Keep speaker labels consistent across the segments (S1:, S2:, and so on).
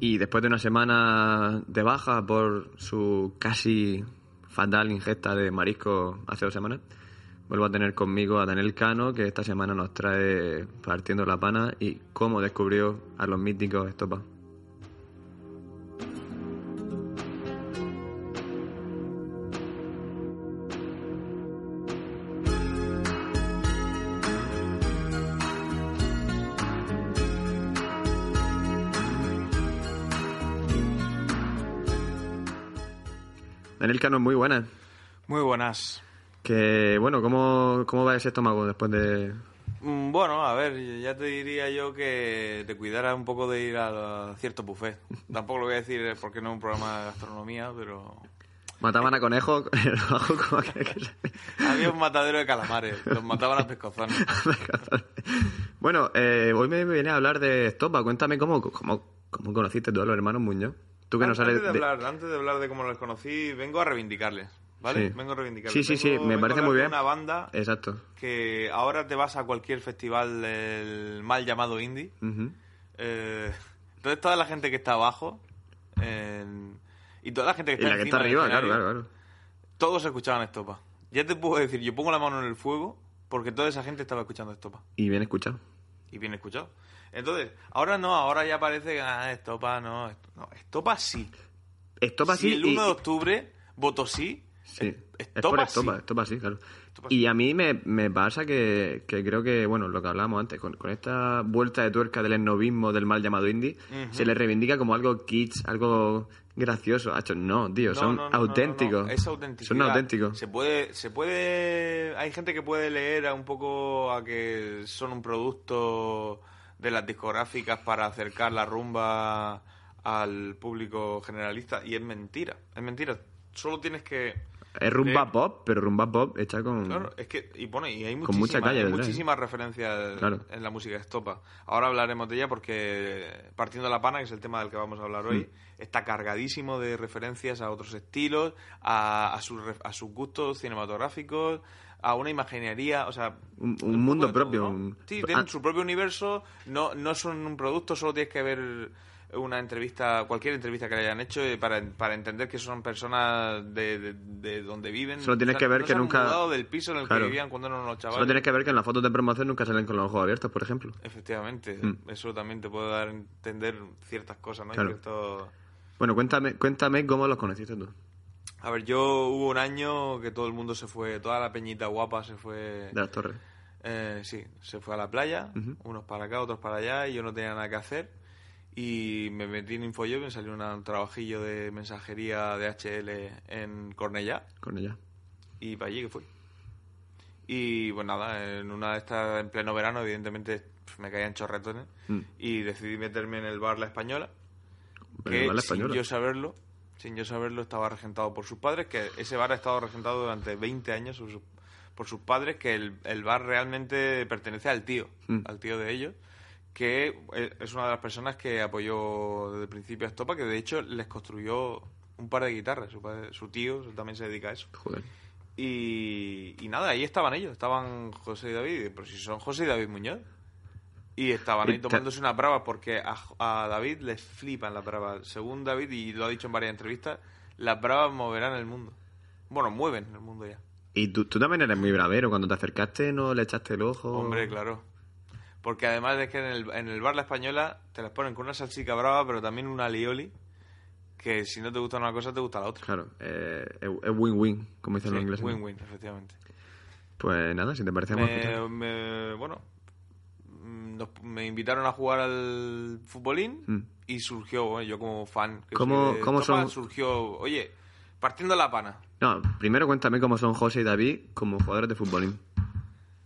S1: y después de una semana de baja por su casi fatal ingesta de marisco hace dos semanas, vuelvo a tener conmigo a Daniel Cano, que esta semana nos trae partiendo la pana y cómo descubrió a los míticos estopa. Daniel Cano, muy buenas.
S2: Muy buenas.
S1: Que bueno, ¿cómo, ¿cómo va ese estómago después de...?
S2: Mm, Bueno, a ver, ya te diría yo que te cuidaras un poco de ir a cierto buffet. Tampoco lo voy a decir porque no es un programa de gastronomía, pero
S1: Mataban a conejos con el bajo como que- que-
S2: había un matadero de calamares, los mataban a pescozones.
S1: Bueno, eh, hoy me viene a hablar de estopa. Cuéntame cómo, cómo, cómo conociste tú a los hermanos Muñoz. Tú que no
S2: Antes,
S1: sales
S2: de
S1: de-
S2: hablar, antes de hablar de cómo los conocí, vengo a reivindicarles, ¿vale?
S1: Sí.
S2: Vengo a reivindicarles.
S1: Sí, sí, sí,
S2: Vengo-
S1: me
S2: vengo a
S1: parece
S2: hablar
S1: muy
S2: de
S1: bien. Eh.
S2: una banda
S1: Exacto.
S2: que ahora te vas a cualquier festival del mal llamado indie
S1: Ujú.
S2: Eh, entonces toda la gente que está abajo en- y toda la gente que
S1: Y
S2: está,
S1: la que
S2: encima
S1: está
S2: del
S1: arriba, claro,
S2: escenario,
S1: claro, claro.
S2: todos escuchaban Estopa. Ya te puedo decir, yo pongo la mano en el fuego porque toda esa gente estaba escuchando Estopa.
S1: Y bien escuchado.
S2: Y bien escuchado. Entonces, ahora no, ahora ya parece que ah, Estopa no, est- no, Estopa sí.
S1: Estopa
S2: Si
S1: sí.
S2: el
S1: y-
S2: 1 de octubre voto sí,
S1: Sí. Es por
S2: Estopa
S1: estopa,
S2: sí.
S1: estopa sí, claro.
S2: Estopa
S1: Y a mí me, me pasa que, que creo que, bueno, lo que hablábamos antes, con, con esta vuelta de tuerca del esnovismo del mal llamado indie, se le reivindica como algo kitsch, algo gracioso. Hacho, no, tío,
S2: No,
S1: son
S2: no, no, no, no, no.
S1: auténticos.
S2: Es autenticidad.
S1: Son auténticos.
S2: Se puede, se puede. Hay gente que puede leer a un poco a que son un producto de las discográficas para acercar la rumba al público generalista y es mentira. Es mentira. Solo tienes que.
S1: Es rumba
S2: leer-
S1: pop, pero rumba pop hecha con...
S2: Claro, es que, y bueno, y hay
S1: Con mucha
S2: muchísimas,
S1: calle
S2: hay
S1: detrás, ¿eh?
S2: muchísimas referencias
S1: Claro.
S2: en la música de Estopa. Ahora hablaremos de ella porque Partiendo la Pana, que es el tema del que vamos a hablar hoy,
S1: Mm.
S2: está cargadísimo de referencias a otros estilos, a, a sus, re- a sus gustos cinematográficos, a una imaginería, o sea...
S1: Un- un
S2: poco
S1: mundo
S2: de todo,
S1: propio,
S2: ¿no?
S1: un-
S2: Sí, tienen
S1: Ah.
S2: su propio universo, no, no son un producto, solo tienes que ver una entrevista, cualquier entrevista que le hayan hecho eh, para, para entender que son personas de, de- de donde viven.
S1: Solo tienes que ver
S2: no
S1: que
S2: se han
S1: nunca-
S2: mudado del piso en el
S1: Claro.
S2: que vivían cuando eran los chavales.
S1: Solo tienes que ver que en las fotos de promoción nunca salen con los ojos abiertos, por ejemplo.
S2: Efectivamente,
S1: Mm.
S2: eso también te puede dar a entender ciertas cosas, ¿no? Y
S1: Claro.
S2: ciertos-
S1: Bueno, cuéntame, cuéntame cómo los conociste tú.
S2: A ver, yo hubo un año que todo el mundo se fue, toda la peñita guapa se fue...
S1: De las torres.
S2: eh, sí, se fue a la playa,
S1: Ujú.
S2: unos para acá, otros para allá, y yo no tenía nada que hacer. Y me metí en InfoJob, me salió una- un trabajillo de mensajería de HL en Cornellá.
S1: Con ella.
S2: Y para allí que fui. Y pues nada, en una de estas, en pleno verano, evidentemente pf, me caían chorretones.
S1: Mm.
S2: Y decidí meterme en el bar La Española.
S1: Pero
S2: que
S1: igual la
S2: sin
S1: española.
S2: yo saberlo, sin yo saberlo, estaba regentado por sus padres. Que ese bar ha estado regentado durante 20 años por, sus- por sus padres. Que el, el bar realmente pertenece al tío,
S1: Mm.
S2: al tío de ellos. Que eh, es una de las personas que apoyó desde el principio a Estopa. Que de hecho les construyó un par de guitarras. Su, padre- su tío también se dedica a eso.
S1: Joder.
S2: Y, y nada, ahí estaban ellos, estaban José y David, pero si son José y David Muñoz. Y estaban ahí
S1: Está-
S2: tomándose una brava porque a, Jo- a David les flipan las bravas. Según David, y lo ha dicho en varias entrevistas, las bravas moverán el mundo. Bueno, mueven el mundo ya.
S1: Y tú, tú también eres muy bravero. Cuando te acercaste no le echaste el ojo.
S2: Hombre, claro. Porque además es que en el, en el bar La Española te las ponen con una salsica brava, pero también una alioli, que si no te gusta una cosa, te gusta la otra.
S1: Claro, eh, es es win-win, como dicen los
S2: Sí,
S1: ingleses. ¿no?
S2: Win-win, Eh, efectivamente.
S1: Pues nada, si te parece, vamos a escuchar.
S2: me, me- bueno, mm, nos- me invitaron a jugar al futbolín
S1: Mm.
S2: y surgió, bueno, yo como fan, que
S1: ¿Cómo-
S2: soy de
S1: cómo
S2: Estopa,
S1: son-
S2: surgió, oye, partiendo la pana.
S1: No, primero cuéntame cómo son José y David como jugadores de futbolín.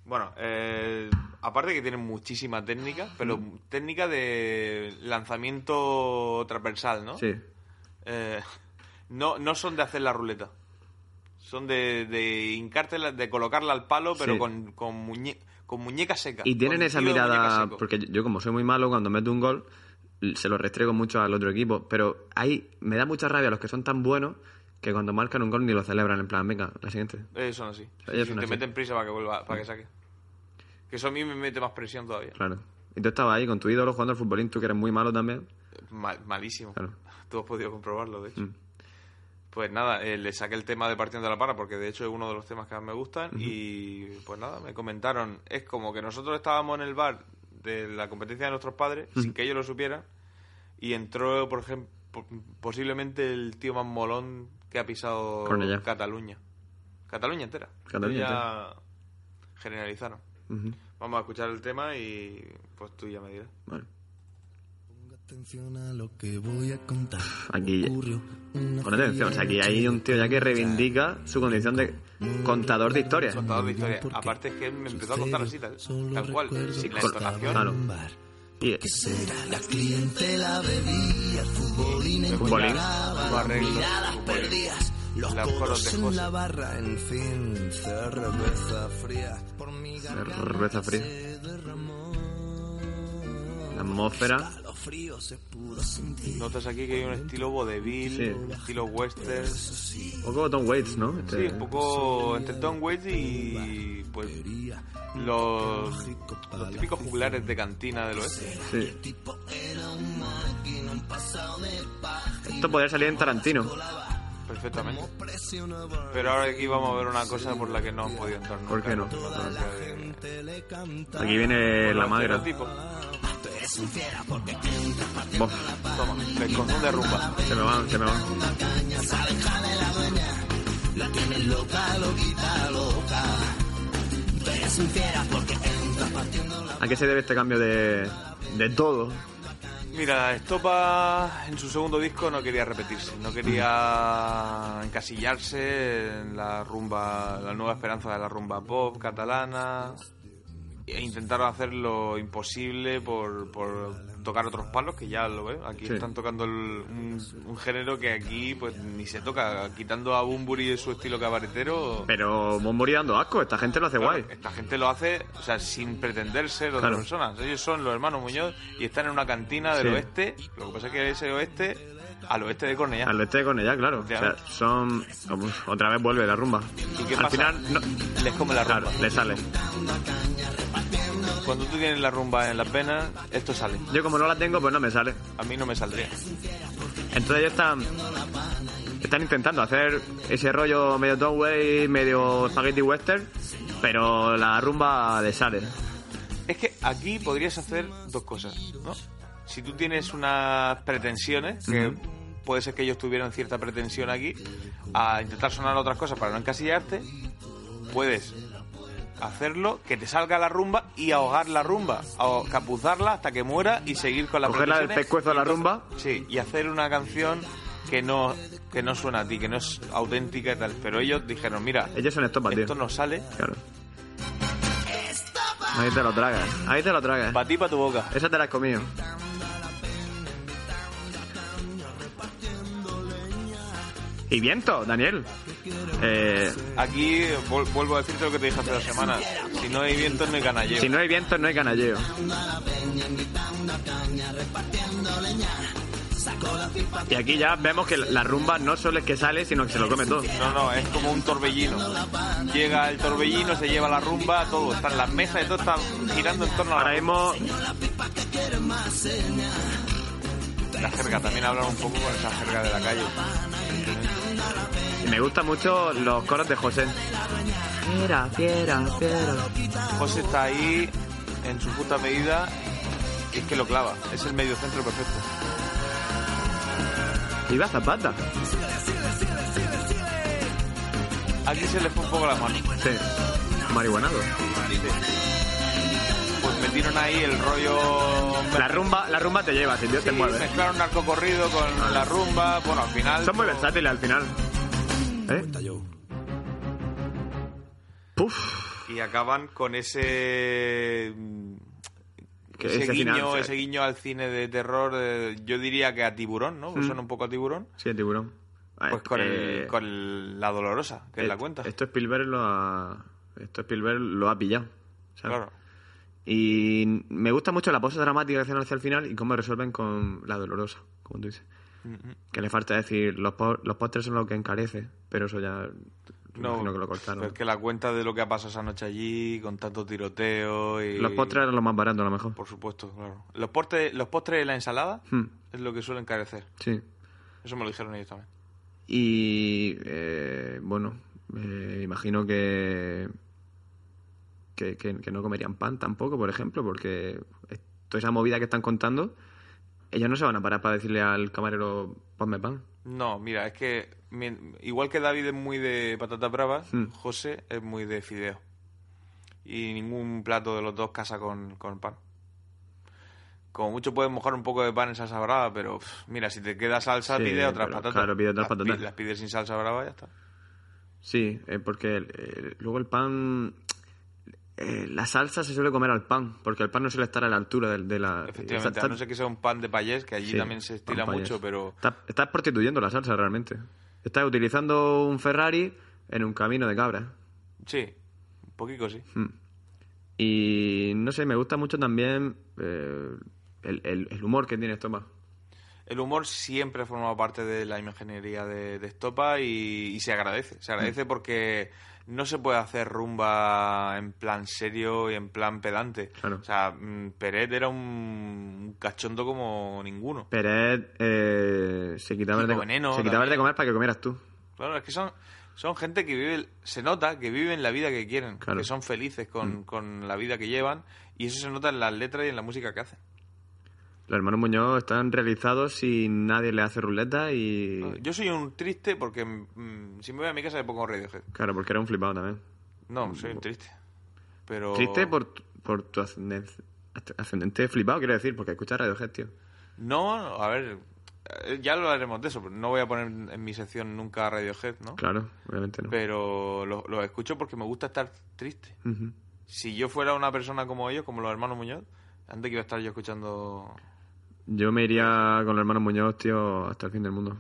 S2: Bueno, eh, aparte que tienen muchísima técnica, pero
S1: Mm.
S2: técnica de lanzamiento transversal, ¿no?
S1: Sí.
S2: Eh, no, no son de hacer la ruleta. Son de, de hincártela- de colocarla al palo, pero
S1: Sí.
S2: con, con, muñe- con muñeca seca.
S1: Y tienen
S2: con
S1: esa
S2: tiro de muñeca
S1: mirada,
S2: seco.
S1: porque yo- yo como soy muy malo cuando meto un gol, l- se lo restrego mucho al otro equipo, pero ahí me da mucha rabia los que son tan buenos que cuando marcan un gol ni lo celebran, en plan, venga, la siguiente.
S2: Eh, son así.
S1: sea, ellos
S2: Sí,
S1: son
S2: te
S1: así.
S2: meten prisa para que vuelva, para que saque. Que eso a mí me mete más presión todavía.
S1: Claro. Y tú estabas ahí con tu ídolo jugando al futbolín, tú que eres muy malo también.
S2: Mal- malísimo.
S1: Claro.
S2: Tú has podido comprobarlo, de hecho.
S1: Mm.
S2: Pues nada, eh, le saqué el tema de Partiendo de la Para porque de hecho es uno de los temas que más me gustan y pues nada, me comentaron, es como que nosotros estábamos en el bar de la competencia de nuestros padres sin que ellos lo supieran y entró, por ejemplo, posiblemente el tío más molón que ha pisado
S1: Cornellá.
S2: Cataluña. Cataluña entera.
S1: Cataluña
S2: ya generalizaron.
S1: Ujú.
S2: Vamos a escuchar el tema y pues tú ya me dirás.
S1: Bueno,
S3: Ponga atención a lo que voy a contar.
S1: Aquí ya.
S3: Ocurrió una
S1: pon atención, o sea, aquí hay un tío ya que reivindica su condición de contador de historias.
S2: Contador de historia. Aparte es que él me empezó a contar así, tal, tal cual, sin la
S1: Cor-
S2: entonación.
S1: Claro. Y
S3: ¿Qué será? La clientela bebía, el fútbol
S1: Futbolín.
S3: inencontrable,
S2: Los arreglos,
S3: miradas
S2: futbolín.
S3: perdidas, los
S2: Las coros de
S3: coros en
S2: José.
S3: la barra, en fin, cerveza fría. Por mi garganta
S1: Cerveza fría.
S3: se derramó.
S1: la atmósfera.
S3: Escalofrío se pudo sentir.
S2: Notas aquí que hay un estilo vodevil,
S1: Sí.
S2: un estilo western. Sí,
S1: Un poco Tom Waits, ¿no? Este-
S2: un poco entre Tom Waits y pues los, los típicos juglares de cantina del oeste.
S1: sí. Esto podría salir en Tarantino.
S2: Perfectamente. Pero ahora aquí vamos a ver una cosa por la que no han podido entrar nunca.
S1: ¿Por qué no?
S2: Una cosa de-
S1: Aquí viene la magra.
S2: tipo.
S1: Bo,
S2: Toma, les confunde rumba.
S1: se me van, se me van. ¿A qué se debe este cambio de, de todo?
S2: Mira, Estopa en su segundo disco no quería repetirse, no quería encasillarse en la rumba, la nueva esperanza de la rumba pop catalana. E intentaron hacer lo imposible por, por tocar otros palos, que ya lo ves, aquí
S1: Sí.
S2: están tocando el- un, un género que aquí pues ni se toca, quitando a Bumburi de su estilo cabaretero.
S1: Pero Monbori dando asco, esta gente lo hace
S2: Claro,
S1: guay.
S2: Esta gente lo hace, o sea, sin pretender ser otras
S1: Claro.
S2: personas. Ellos son los hermanos Muñoz y están en una cantina del
S1: Sí.
S2: oeste. Lo que pasa es que ese oeste, al oeste de Cornellá.
S1: Al este con ella, claro. O sea, son. Otra vez vuelve la rumba.
S2: ¿Y qué
S1: Al
S2: pasa?
S1: final, no...
S2: Les come la rumba.
S1: claro, le sale.
S2: Cuando tú tienes la rumba en las venas, esto sale.
S1: Yo, como no la tengo, pues no me sale.
S2: A mí no me saldría.
S1: Entonces ellos están, están intentando hacer ese rollo medio Downway, medio Spaghetti Western, pero la rumba de sale.
S2: Es que aquí podrías hacer dos cosas, ¿no? Si tú tienes unas pretensiones, que
S1: Ujú.
S2: puede ser que ellos tuvieran cierta pretensión aquí, a intentar sonar otras cosas para no encasillarte, puedes hacerlo, que te salga la rumba y ahogar la rumba, o capuzarla hasta que muera y seguir con la
S1: Cogerla del
S2: pretensiones.
S1: pescuezo a la
S2: Entonces,
S1: rumba.
S2: Sí, y hacer una canción que no que no suena a ti, que no es auténtica y tal. Pero ellos dijeron, mira,
S1: Ellos son estopa, tío.
S2: esto no sale,
S1: Claro. Ahí te lo tragas, ahí te lo tragas.
S2: para ti, para tu boca.
S1: Esa te la has comido. Y viento, Daniel. Eh,
S2: Aquí vol- vuelvo a decirte lo que te dije hace dos semanas. Si no hay viento, no hay canalleo.
S1: si no hay viento, no hay canalleo. Y aquí ya vemos que la rumba no solo es que sale, sino que se lo come todo.
S2: no, no, es como un torbellino. Llega el torbellino, se lleva la rumba, todo. Están las mesas y todo está girando en torno a
S1: Ahora
S2: la,
S1: mismo,
S2: la jerga. También hablan un poco con esa jerga de la calle.
S1: me gustan mucho los coros de José. Fiera, fiera, fiera.
S2: José está ahí en su puta medida y es que lo clava. Es el medio centro perfecto.
S1: Iba Zapata.
S2: Aquí se le fue un poco la mano.
S1: Sí. Marihuanado.
S2: Pues metieron ahí el rollo...
S1: La rumba, la rumba te lleva, si Dios te
S2: Sí,
S1: mueve.
S2: Mezclaron narco corrido con la rumba. Bueno, al final...
S1: Son muy
S2: todo-
S1: versátiles al final. ¿Eh? Puf.
S2: y acaban con ese mm,
S1: Que
S2: ese
S1: ese
S2: guiño,
S1: final,
S2: ese guiño al cine de terror, eh, yo diría que a tiburón, ¿no? Suena un poco a tiburón.
S1: Sí, el tiburón. Mm. Ah,
S2: Pues con, el-
S1: eh,
S2: con el- la dolorosa, que es la
S1: eh,
S2: cuenta.
S1: Esto Spielberg lo ha, esto Spielberg lo ha pillado. ¿sabes?
S2: claro.
S1: Y me gusta mucho la pausa dramática que hacen hacia el final y cómo resuelven con la dolorosa, como tú dices. Que le falta decir, los, po- los postres son lo que encarece, pero eso ya Yo imagino que lo cortaron.
S2: pero es que la cuenta de lo que ha pasado esa noche allí, con tanto tiroteo y...
S1: Los postres eran los más baratos, a lo mejor.
S2: Por supuesto, claro. Los postres, los postres y la ensalada
S1: Hmm,
S2: es lo que suelen carecer.
S1: sí.
S2: Eso me lo dijeron ellos también.
S1: Y eh, bueno, eh, imagino que, que, que- que no comerían pan tampoco, por ejemplo, porque es- toda esa movida que están contando, ellos no se van a parar para decirle al camarero, ponme pan.
S2: No, mira, es que mi- igual que David es muy de patatas bravas,
S1: Hmm.
S2: José es muy de fideo. Y ningún plato de los dos casa con, con pan. Como mucho puedes mojar un poco de pan en salsa brava, pero pff, mira, si te queda salsa,
S1: Sí,
S2: pide otras
S1: pero
S2: patatas.
S1: claro, pide otras
S2: Las pi-
S1: patatas. Ah,
S2: Las pides sin salsa brava, ya está.
S1: Sí, eh, porque el- el- luego el pan... eh, la salsa se suele comer al pan, porque el pan no suele estar a la altura del- de, la...
S2: Efectivamente,
S1: está-
S2: a no ser que sea un pan de payés, que allí
S1: Sí,
S2: también se estila
S1: pan
S2: mucho,
S1: payés.
S2: pero
S1: Estás, estás prostituyendo la salsa realmente. Estás utilizando un Ferrari en un camino de cabras.
S2: sí, un poquito sí.
S1: Y no sé, me gusta mucho también eh, el, el- el humor que tiene Thomas.
S2: El humor siempre ha formado parte de la imaginería de, de Estopa y, y se agradece. Se
S1: Mm.
S2: agradece porque no se puede hacer rumba en plan serio y en plan pedante.
S1: Claro.
S2: O sea, mm, Peret era un, un cachondo como ninguno.
S1: Peret eh, se quitaba,
S2: Kiko
S1: de, co-
S2: Veneno
S1: se quitaba
S2: también.
S1: de comer para que comieras tú.
S2: Claro, es que son, son gente que vive, se nota que viven la vida que quieren,
S1: Claro. Mm.
S2: que son felices con, con la vida que llevan y eso se nota en las letras y en la música que hacen.
S1: Los hermanos Muñoz están realizados y nadie le hace ruleta y...
S2: Yo soy un triste porque mm, si me voy a mi casa me pongo Radiohead.
S1: Claro, porque era un flipado también.
S2: No, soy un triste. Pero...
S1: Mm, Triste por, tu- por tu ascenden- ascendente, flipado, quiero decir, porque escuchas Radiohead, tío.
S2: No, a ver, eh, ya lo haremos de eso, pero no voy a poner en mi sección nunca Radiohead, ¿no?
S1: Claro, obviamente no.
S2: Pero los lo escucho porque me gusta estar triste.
S1: Ujú.
S2: Si yo fuera una persona como ellos, como los hermanos Muñoz, antes que iba a estar yo escuchando...
S1: Yo me iría con los hermanos Muñoz, tío, hasta el fin del mundo.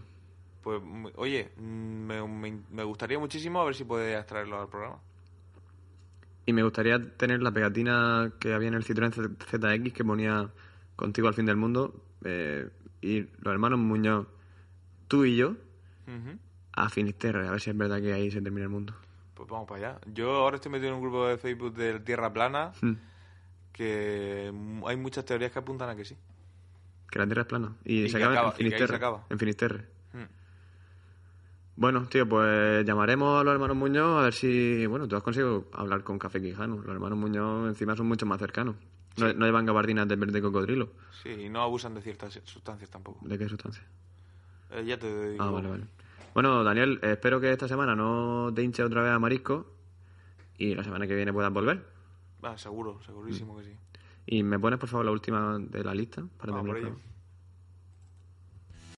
S2: Pues, mm, oye, mm, me, me- me gustaría muchísimo a ver si podías traerlo al programa.
S1: Y me gustaría tener la pegatina que había en el Citroën Z- ZX que ponía contigo al fin del mundo eh, y los hermanos Muñoz, tú y yo,
S2: Ujú.
S1: a Finisterre, a ver si es verdad que ahí se termina el mundo.
S2: Pues vamos para allá. Yo ahora estoy metido en un grupo de Facebook de Tierra Plana
S1: Hmm.
S2: que mm, hay muchas teorías que apuntan a que sí.
S1: Que la tierra es plana. Y,
S2: Y
S1: se
S2: que
S1: acaba,
S2: acaba-
S1: en
S2: y que ahí se
S1: Finisterre.
S2: acaba.
S1: En Finisterre.
S2: Hmm.
S1: Bueno, tío, pues llamaremos a los hermanos Muñoz a ver si. Bueno, tú has conseguido hablar con Café Quijano. Los hermanos Muñoz, encima, son mucho más cercanos. No, no llevan gabardinas de verde cocodrilo.
S2: Sí, y no abusan de ciertas sustancias tampoco.
S1: ¿De qué sustancia?
S2: Eh, ya te digo.
S1: Ah, vale, vale. Bueno, Daniel, espero que esta semana no te hinche otra vez a marisco y la semana que viene puedas volver.
S2: Ah, seguro, segurísimo que sí.
S1: Y me pones, por favor, la última de la lista para terminar
S2: Vamos
S1: el
S2: por ello.
S1: programa.